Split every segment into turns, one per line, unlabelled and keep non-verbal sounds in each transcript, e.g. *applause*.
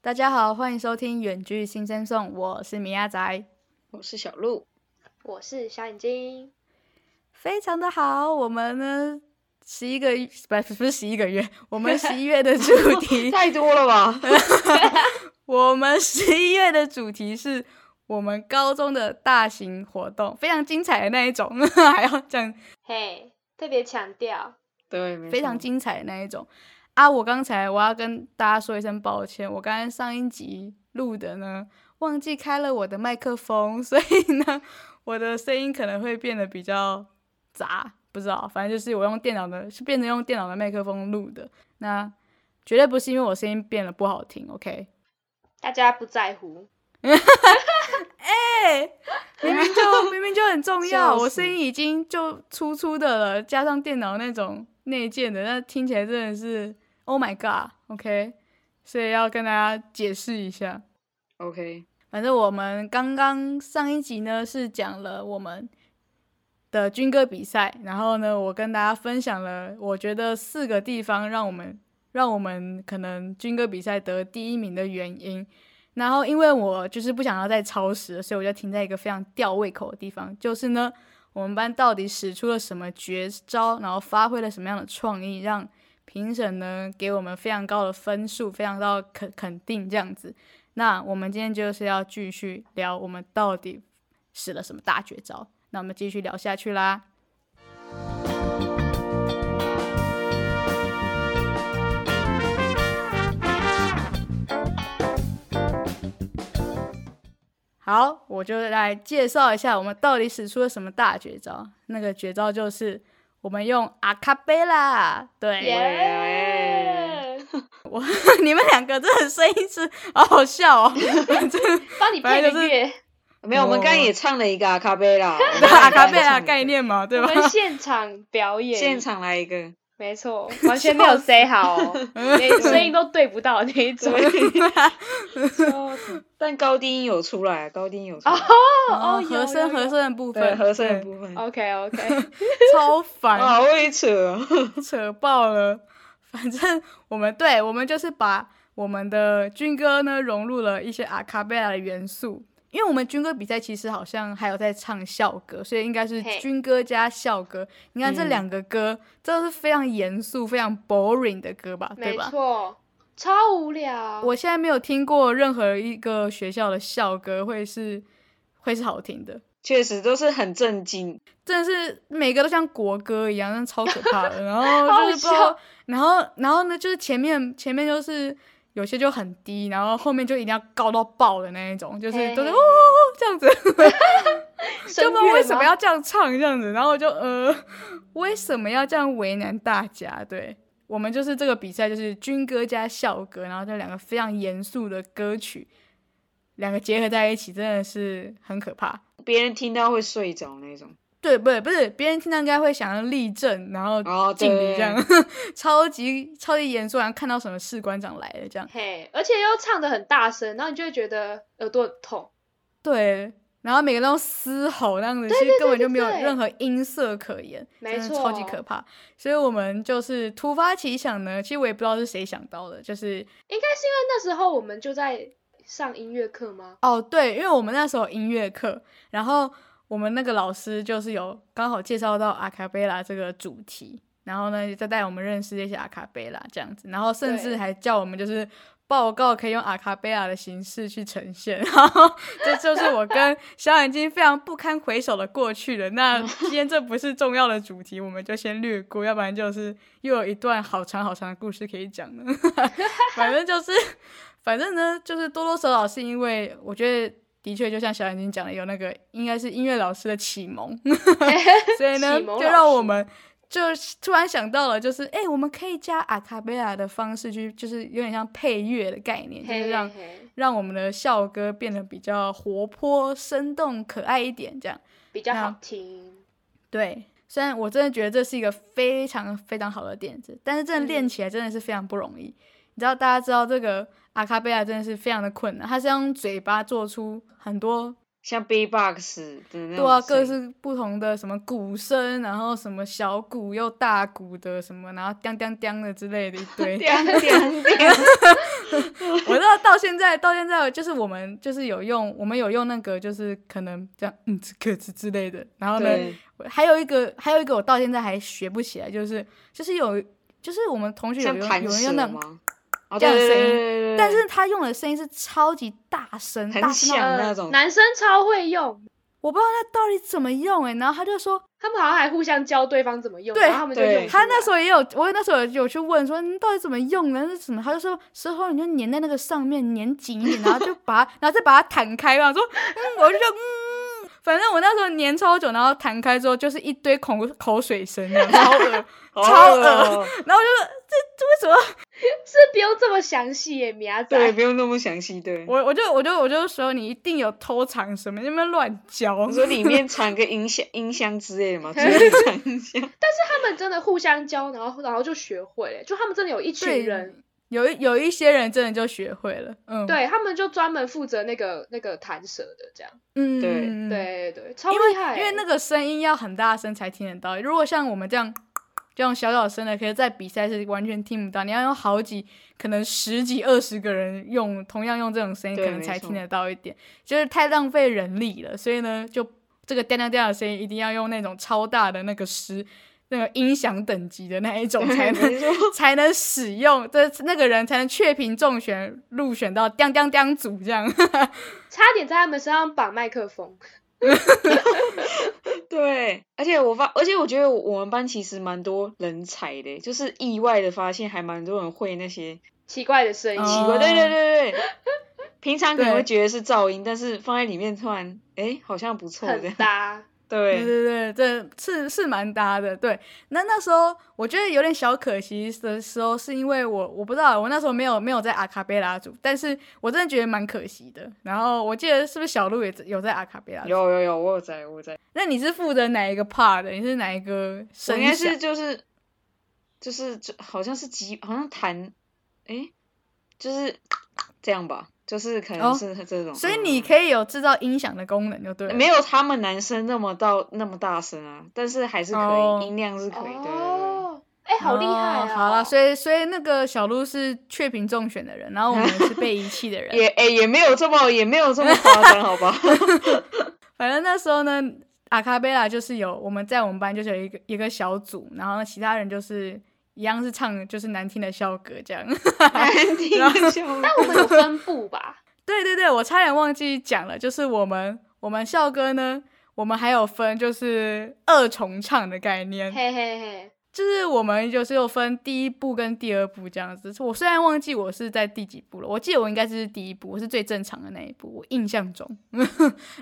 大家好，欢迎收听《远距新生颂》，我是米亚仔，
我是小鹿，
我是小眼睛。
非常的好。我们呢，十一个不不是十一个月， *laughs* 我们十一月的主题，
*laughs* 太多了吧？
*laughs* 我们十一月的主题是我们高中的大型活动，非常精彩的那一种， *laughs* 还要讲
嘿、特别强调，
对，没
非常
错
精彩的那一种啊！我刚才我要跟大家说一声抱歉，我刚刚上一集录的呢，忘记开了我的麦克风， *laughs* 所以呢，我的声音可能会变得比较杂，不知道，反正就是我用电脑的，是变成用电脑的麦克风录的。那绝对不是因为我声音变得不好听，OK？
大家不在乎。
哎、 *laughs* 明明
*laughs*
就明明就很重要，
笑死
我声音已经就粗粗的了，加上电脑那种内建的，那听起来真的是 Oh my God，OK，、所以要跟大家解释一下。
OK，
反正我们刚刚上一集呢是讲了我们的军歌比赛，然后呢，我跟大家分享了我觉得四个地方让我们让我们可能军歌比赛得第一名的原因。然后因为我就是不想要再超时了，所以我就停在一个非常吊胃口的地方，就是呢，我们班到底使出了什么绝招，然后发挥了什么样的创意，让评审呢给我们非常高的分数，非常高的肯肯定这样子。那我们今天就是要继续聊我们到底使了什么大绝招。那我们继续聊下去啦。好，我就来介绍一下我们到底使出了什么大绝招。那个绝招就是我们用阿卡贝拉，对哎
耶！
*laughs* 你们两个真的声音是好好笑哦， *laughs*
帮你配个乐，
没有，我们刚刚也唱了一个阿卡贝拉， *laughs*
阿卡贝拉概
念，
念嘛，对
我
吧？
们
*laughs*
现场表演，
现场来一个，
没错，完全没有 say 好、
*laughs*
哦，连声音都对不到那一种。
但高低音有出来，高低音有出来，
哦，
哦有
和声
有有
和声的部
对，
分，
和声的
对
部分，
OK OK，
超
啊，
烦，
好会扯哦，
扯爆了。反正我们对我们就是把我们的军歌呢融入了一些阿卡贝拉的元素，因为我们军歌比赛其实好像还有在唱校歌，所以应该是
嘿
军歌加校歌。你看这
嗯
两个歌，这是非常严肃、非常 boring 的歌吧，对
没
吧？
错，超无聊。
我现在没有听过任何一个学校的校歌会是会是好听的，
确实都是很震惊，
真的是每个都像国歌一样，真的超可怕
*laughs*
的。然后
好
就是不知道
笑，
然后然后呢，就是前面前面就是有些就很低，然后后面就一定要高到爆的那一种，就是
嘿
都是
嘿
哦
嘿
这样子，就
声
不知道为
乐
什么
吗？
要这样唱这样子，然后我就呃 *laughs* 为什么要这样为难大家？对。我们就是这个比赛，就是军歌加校歌，然后这两个非常严肃的歌曲，两个结合在一起，真的是很可怕。
别人听到会睡着那种，
对，不是不是，别人听到应该会想要立正，然后
哦
敬礼
对
这样， *laughs* 超级超级严肃，然后看到什么士官长来了这样。
嘿，而且又唱的很大声，然后你就会觉得耳朵很痛。
对，然后每个人都嘶吼那样子，其实根本就没有
对对
任何音色可言，
没
真的超级
错
可怕。所以我们就是突发奇想呢，其实我也不知道是谁想到的，就是
应该是因为那时候我们就在上音乐课吗？
哦对，因为我们那时候有音乐课，然后我们那个老师就是有刚好介绍到阿卡贝拉这个主题，然后呢再带我们认识一些阿卡贝拉这样子，然后甚至
对
还叫我们就是报告可以用阿卡贝拉的形式去呈现， *laughs* 然后这就是我跟小眼睛非常不堪回首的过去了。那今天这不是重要的主题，我们就先略过，要不然就是又有一段好长好长的故事可以讲呢。
*laughs*
反正就是， *laughs* 反正呢，就是多多少少是因为我觉得。的确，就像小眼睛讲的，有那个应该是音乐老师的启
*laughs*
蒙，所以呢，
启蒙
就
老
让我
师
们就突然想到了，就是哎、诶我们可以加阿卡贝拉的方式去，就是有点像配乐的概念，就
嘿
是
嘿
让
嘿
让我们的校歌变得比较活泼、生动、可爱一点，这样。
比较
那
好听。
对，虽然我真的觉得这是一个非常非常好的点子，但是真的练起来真的是非常不容易。你知道，大家知道这个阿卡贝拉真的是非常的困难，它是要用嘴巴做出很多
像 B-box 的那种声音，。
对啊，各式不同的什么鼓声，然后什么小鼓又大鼓的什么，然后当当当的之类的一
*laughs*
堆
点点点，
我知道到现在，到现在就是我们就是有用，我们有用那个就是可能这样嗯这个之 *laughs* 之类的。 *laughs* 然后呢，
对，
我还有一个还有一个我到现在还学不起来，就是就是有就是我们同学有
像
用
弹
有人
舌
用那种，
吗？哦，
这
对
样
对
的
对
声音
对对对，
但是他用的声音是超级大声，
很
大声到
响
呃
那种
男生超会用，
我不知道他到底怎么用哎、然后他就说
他们好像还互相教对方怎么用，
对
然后他们就用
对啊
出
他
来。
那时候也有，我那时候有去问说嗯你到底怎么用的，是什么？他就说舌头你就粘在那个上面，粘紧一点，然后就把它，然后再把它弹开吧。我说嗯，我就说嗯，反正我那时候粘超久，然后弹开之后就是一堆口口水声，这样超恶。 *laughs*
好
超
恶哦
然后我就说这这为什么？
是不用这么详细耶，米阿仔。
*laughs* 对，不用那么详细，对。
哎我我就我就我就说你一定有偷藏什么，你们乱教
我。说里面藏个音箱、音箱之类的
*laughs*
嘛，直接藏音箱。
他们真的互相教，然后然后就学会了，就他们真的有一群人，
有一有一些人真的就学会了，嗯，
对他们就专门负责那个那个弹舌的这样，
嗯，
对
嗯。
对对，超
因为
厉害耶，
因为那个声音要很大声才听得到。如果像我们这样这样小小声的，可是在比赛是完全听不到。你要用好几，可能十几、二十个人用同样用这种声音，可
对
能才
没错
听得到一点，就是太浪费人力了。所以呢，就这个叮当叮当的声音一定要用那种超大的那个十那个音响等级的那一种
*laughs*
才能
你说
*laughs* 才能使用，这那个人才能确评中选入选到当当当组这样。
差点在他们身上绑麦克风，
*laughs* 对，而且我发，而且我觉得我们班其实蛮多人才的，就是意外的发现，还蛮多人会那些
奇怪的声音，
哦
奇怪。对对对对，平常可能
对
会觉得是噪音，但是放在里面突然，哎，好像不错这
很
样。
搭，
*laughs* 对，
对对对，这是是蛮搭的。对，那那时候我觉得有点小可惜的时候，是因为我我不知道，我那时候没有没有在阿卡贝拉组，但是我真的觉得蛮可惜的。然后我记得是不是小鹿也有在阿卡贝拉组？
有有有，我有在，我有在，
那你是负责哪一个 part 的？你是哪一个
我
声
应该
响
是就是就是就好像是几，好像弹，哎，就是这样吧，就是可能
哦
是这种。
所以
嗯
你可以有制造音响的功能，就对了。
没有他们男生那么到那么大声啊，但是还是可以，
哦
音量是可以，对对
哦，哎，好厉害
嗯哦好
了，
了，所以所以那个小鹿是确评中选的人，然后我们是被遗弃的人
*laughs* 对，。也哎、也没有这么也没有这么夸张，好吧？
*laughs* 反正那时候呢，阿卡贝拉就是有我们在我们班就是有一个一个小组，然后呢其他人就是一样是唱就是难听的校歌这样。 *laughs*
难听的笑话。
我们有分布吧，
对对对，我差点忘记讲了，就是我们我们校歌呢，我们还有分就是二重唱的概念，
嘿嘿嘿，
就是我们就是有分第一部跟第二部这样子。我虽然忘记我是在第几部了，我记得我应该是第一部，我是最正常的那一部，我印象中。 *laughs*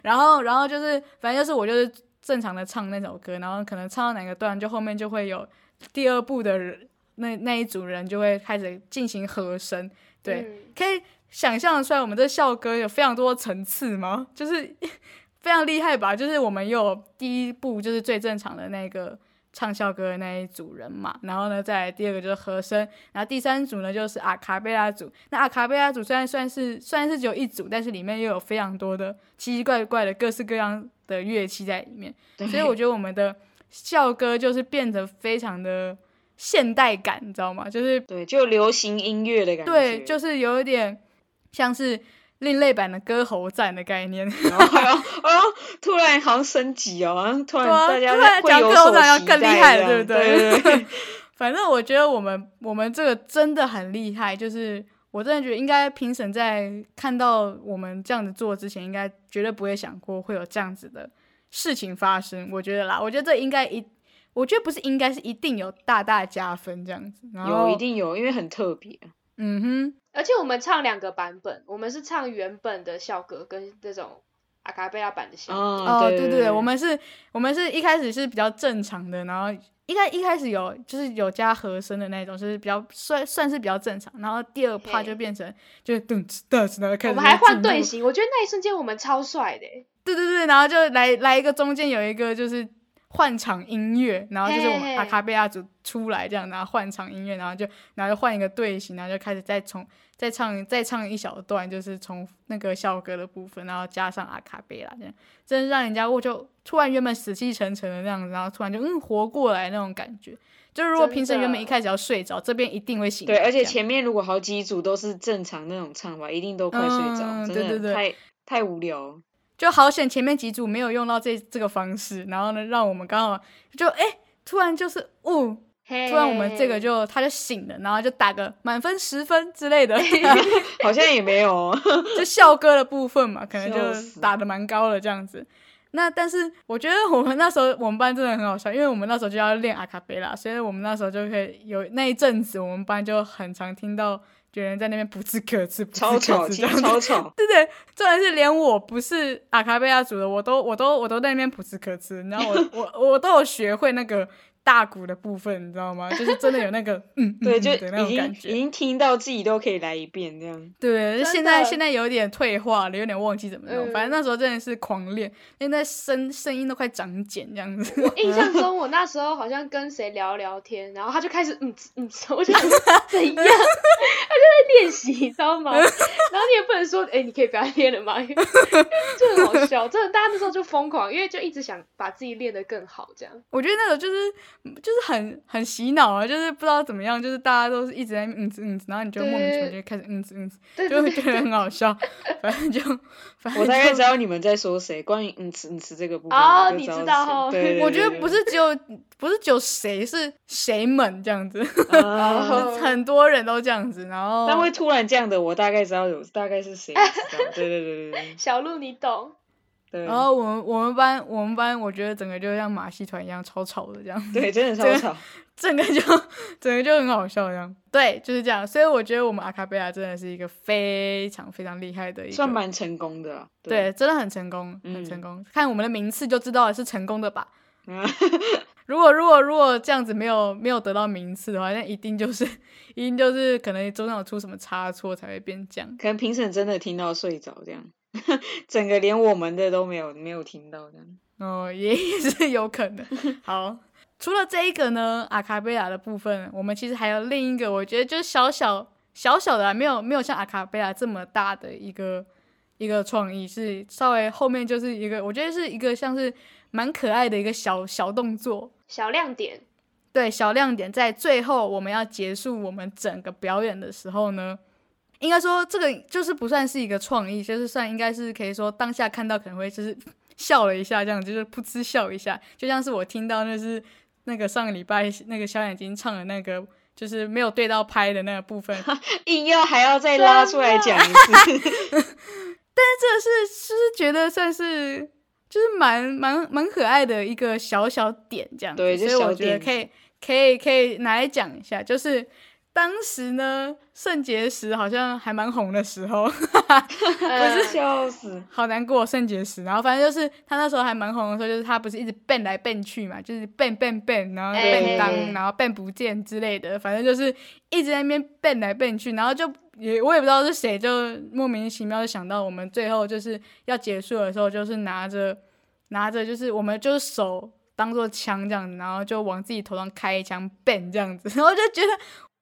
然后，然后就是反正就是我就是正常的唱那首歌，然后可能唱到哪个段，就后面就会有第二部的人那那一组人就会开始进行和声，对，
嗯
可以想象得出来，我们这校歌有非常多层次吗？就是 *laughs* 非常厉害吧？就是我们有第一步就是最正常的那个唱校歌的那一组人嘛，然后呢，再来第二个就是和声，然后第三组呢就是阿卡贝拉组。那阿卡贝拉组虽然算是虽然是只有一组，但是里面又有非常多的奇奇怪怪的各式各样的乐器在里面，所以我觉得我们的校歌就是变得非常的现代感，你知道吗？就是
对，就流行音乐的感觉。
对，就是有一点像是另类版的歌喉战的概念。
然后哎然后然后突然好像升级哦，好像突然
*laughs* 对啊
大家
突然
会
讲
有
歌
所
突然要
期
更厉
待
害了
这样
对不对
对？对
*laughs*
对
反正我觉得我们我们这个真的很厉害，就是我真的觉得应该评审在看到我们这样子做之前，应该绝对不会想过会有这样子的事情发生。我觉得啦，我觉得这应该一，我觉得不是应该是一定有大大加分这样子。然后
有一，定有，因为很特别。
嗯哼，
而且我们唱两个版本，我们是唱原本的校歌跟这种阿卡贝拉版的校歌，
啊，
哦，
对
对
对
我们是，我们是一开始是比较正常的，然后一开一开始有就是有加和声的那种，就是比较算算是比较正常，然后第二趴
嘿
就变成就是噔哧噔哧，然后开始
我们还换
进入
队形，我觉得那一瞬间我们超帅的耶，欸
对对对，然后就来来一个中间有一个就是换场音乐，然后就是我
嘿嘿
们
嘿
阿卡贝拉组出来这样，然后换场音乐，然后就然后就换一个队形，然后就开始再重再唱再唱一小段，就是从那个校歌的部分，然后加上阿卡贝拉这样，真的让人家我就突然原本死气沉沉的那样子，然后突然就嗯活过来那种感觉。就是如果
真
评审原本一
的
开始要睡着，这边一定会醒来
对，
这样。
而且前面如果好几组都是正常那种唱法，一定都快睡着，
嗯
真的
对对对
太太无聊了。
就好险前面几组没有用到这这个方式，然后呢，让我们刚好就哎、突然就是哦，
嘿
突然我们这
哎
个就他就醒了，然后就打个满分十分之类
哎
的，
好像也没有 *laughs* 哦，
*laughs* 就校歌的部
*laughs*
分嘛，可能
笑
就
死
打的蛮高的这样子。那但是我觉得我们那时候我们班真的很好笑，因为我们那时候就要练阿卡贝拉，所以我们那时候就可以有那一阵子，我们班就很常听到有人在那边不知可知，不知
超吵，
可
其
知这样
实
子
超吵。
*laughs* 对对，重点是连我不是阿卡贝拉组的，我都我都我都在那边普吃可吃，然后
*laughs*
我我我都有学会那个大鼓的部分，你知道吗？就是真的有那个 *laughs* 嗯嗯
对，
嗯
就
的那
已
种
经
感
已
觉。
经听到自己都可以来一遍这
*laughs*
样。
对，
真的
现在现在有点退化了，有点忘记怎么弄。
嗯
反正那时候真的是狂练，因为那声声音都快长茧这样子。 *laughs*
印象中，我那时候好像跟谁聊聊天，然后他就开始嗯哧嗯哧，我就想
*laughs*
说怎样，他就在练习，你知道吗？然后你也不能说，哎、你可以不要练了吗？因 *laughs* 为就很好笑，真的，大家那时候就疯狂，因为就一直想把自己练得更好，这样。
我觉得那个就是就是很很洗脑啊，就是不知道怎么样，就是大家都是一直在嗯哧嗯哧，然后你就莫名其妙就开始嗯哧嗯哧，
对
就
对
会
对
觉得很好笑。 *laughs* 反正就反正
我大
就
概知道你们在说谁，关于嗯词嗯词这个部分，
哦
我就
你
知
知
道
道
是谁
哦
对，对
我觉得
对
不
对
是只有不是只有谁是谁们这样子，
啊，
*laughs*
哦
很多人都这样子。然后，
但会突然这样的，我大概知道有大概是谁，知道对对对对对
小鹿，你懂，
对，
然后我们我们班我们班，我觉得整个就像马戏团一样超吵的这样， *laughs*
对，真的
这
超
个
吵，
整个就整个就很好笑这样。对，就是这样。所以我觉得我们阿卡贝拉真的是一个非常非常厉害的一个，
算蛮成功的啊。
对，真的很成功，
嗯
很成功。看我们的名次就知道是成功的吧。
嗯
如果如果如果这样子没有没有得到名次的话，那一定就是 *laughs* 一定就是可能中间有出什么差错才会变这样。
可能评审真的听到睡着这样，整个连我们的都没有没有听到这样。 *laughs*
哦，也也是有可能。好，除了这一个呢，阿卡贝拉的部分，我们其实还有另一个，我觉得就是小小小小的、啊，没有没有像阿卡贝拉这么大的一个一个创意，是稍微后面就是一个，我觉得是一个像是蛮可爱的一个小小动作。
小
*laughs*
亮点，
对，小亮点在最后我们要结束我们整个表演的时候呢，应该说这个就是不算是一个创意，就是算应该是可以说当下看到可能会就是 *laughs* 笑了一下，这样就是噗嗤笑一下，就像是我听到那是那个上个礼拜那个小眼睛唱的那个。就是没有对到拍的那个部分，但是
硬要还要再拉出来讲一次， *laughs*
这是就是觉得算是就是蛮蛮蛮可爱的一个小小点这样子，
对就
所以我
小
觉得
点
可以可以可以拿来讲一下，就是当时呢，肾结石好像还蛮红的时候，
不
笑死。
好难过肾结石。然后反正就是他那时候还蛮红的时候，就是他不是一直变来变去嘛，就是变变变，然后
哎
变当，
哎哎
然后变不见之类的，反正就是一直在那边变来变去，然后就。也我也不知道是谁，就莫名其妙就想到我们最后就是要结束的时候，就是拿着拿着就是我们就是手当做枪这样子，然后就往自己头上开一枪 bang 这样子， *laughs* 然后就觉得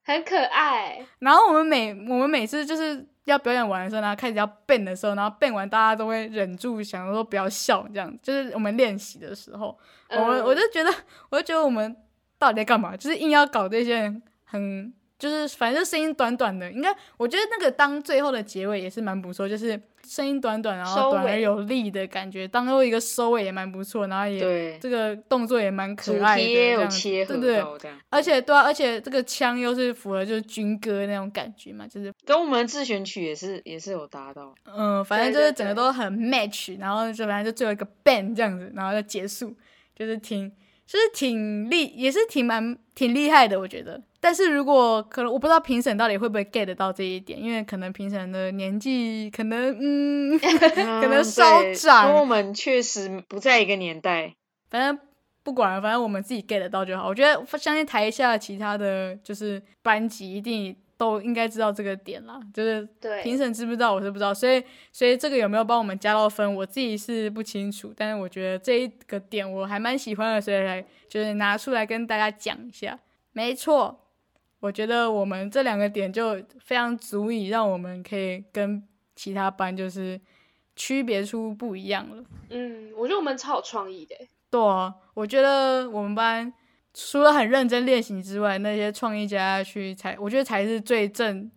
很可爱，
然后我们每我们每次就是要表演完的时候，然后开始要变的时候，然后变完大家都会忍住，想说不要笑，这样就是我们练习的时候，我
嗯
我就觉得，我就觉得我们到底在干嘛？就是硬要搞这些很很，就是反正声音短短的，应该我觉得那个当最后的结尾也是蛮不错，就是声音短短，然
收
后
尾
短而有力的感觉，当做一个收尾也蛮不错，然后也
对，
这个动作也蛮
主
可爱的，
题
这
也有
样子
切合
对不对？
到这样，
而且对啊，而且这个枪又是符合就是军歌那种感觉嘛，就是
跟我们自选曲也是也是有搭
*laughs*
到。
嗯、呃反正
对
就是
对
整个
对
都很 match，然后就反正就最后一个 bang 这样子，然后就结束，就是挺就是挺厉，也是挺蛮挺厉害的，我觉得。但是如果可能，我不知道评审到底会不会 get 到这一点，因为可能评审的年纪可能嗯， *laughs*
可
能稍长
跟我们确实不在一个年代。
反正不管了，反正我们自己 get 得到就好。我觉得相信台下其他的就是班级一定都应该知道这个点啦，就是
对
评审知不知道我是不知道，所以所以这个有没有帮我们加到分，我自己是不清楚，但是我觉得这一个点我还蛮喜欢的，所以来就是拿出来跟大家讲一下。没错，我觉得我们这两个点就非常足以让我们可以跟其他班就是区别出不一样了。
嗯，我觉得我们超有创意的欸，
对啊，我觉得我们班除了很认真练习之外，那些创意家去才，我觉得才是最正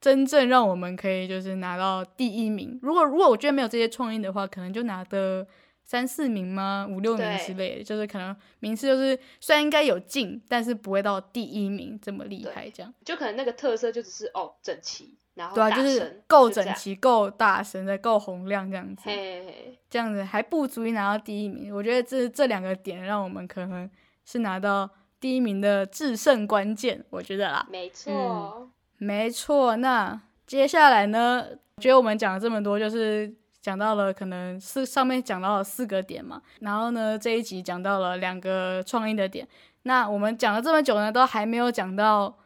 真正让我们可以就是拿到第一名。如果如果我觉得没有这些创意的话，可能就拿的三四名吗？五六名
对
之类的，就是可能名次就是虽然应该有进，但是不会到第一名这么厉害这样。
就可能那个特色就只是哦整齐，然后
对啊，
大
就是
声
够
就这
整
样
齐、够大声、再够洪亮这样子。
嘿嘿嘿，
这样子还不足以拿到第一名。我觉得这这两个点让我们可能是拿到第一名的制胜关键，我觉得啦。
没错，
嗯
没错，那接下来呢？我觉得我们讲了这么多，就是讲到了可能四上面讲到了四个点嘛，然后呢这一集讲到了两个创意的点。那我们讲了这么久呢，都还没有讲到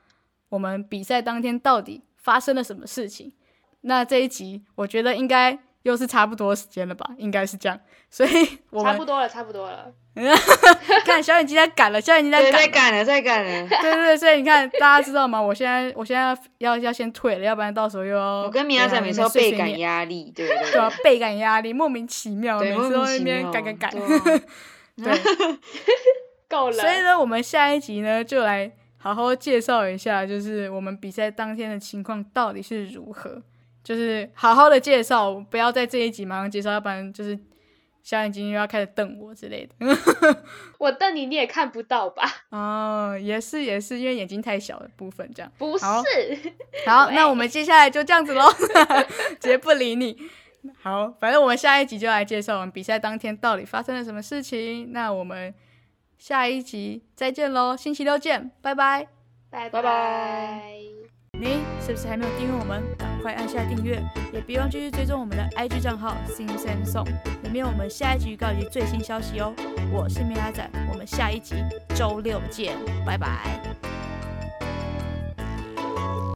我们比赛当天到底发生了什么事情。那这一集我觉得应该又是差不多时间了吧，应该是这样。所以我
差
们
不多了，差不多了，
*laughs* 看小眼睛在赶了，小眼睛在
对，在
赶了。
赶了，在赶了。
*laughs* 对对对，所以你看，大家知道吗？我现在我现在要要先退了，要不然到时候又要啊
我跟米
亚
亚仔每次都倍感压力，对
*laughs*
不
对啊
对？，
倍感压力，莫名其妙，
对，
哦
莫
每次
名
都在
其
那
妙
边改改改。
对啊
对，
够了，
所以呢，我们下一集呢就来好好介绍一下，就是我们比赛当天的情况到底是如何，就是好好的介绍，不要在这一集马上介绍，要不然就是小眼睛又要开始瞪我之类的。 *laughs*
我瞪你你也看不到吧？
哦，也是也是，因为眼睛太小的部分这样。
不是， *laughs*
好 *laughs* 好，那
喂
我们接下来就这样子喽， *laughs* 直接不理你。好，反正我们下一集就来介绍我们比赛当天到底发生了什么事情。那我们下一集再见喽，星期六见，拜拜。
拜
拜拜
拜
你是不是还没有订阅我们？赶快按下订阅，也别忘继续追踪我们的 IG 账号 Sing Sam Song，里面有我们下一集预告以及最新消息哦。我是米拉仔，我们下一集周六见，拜拜。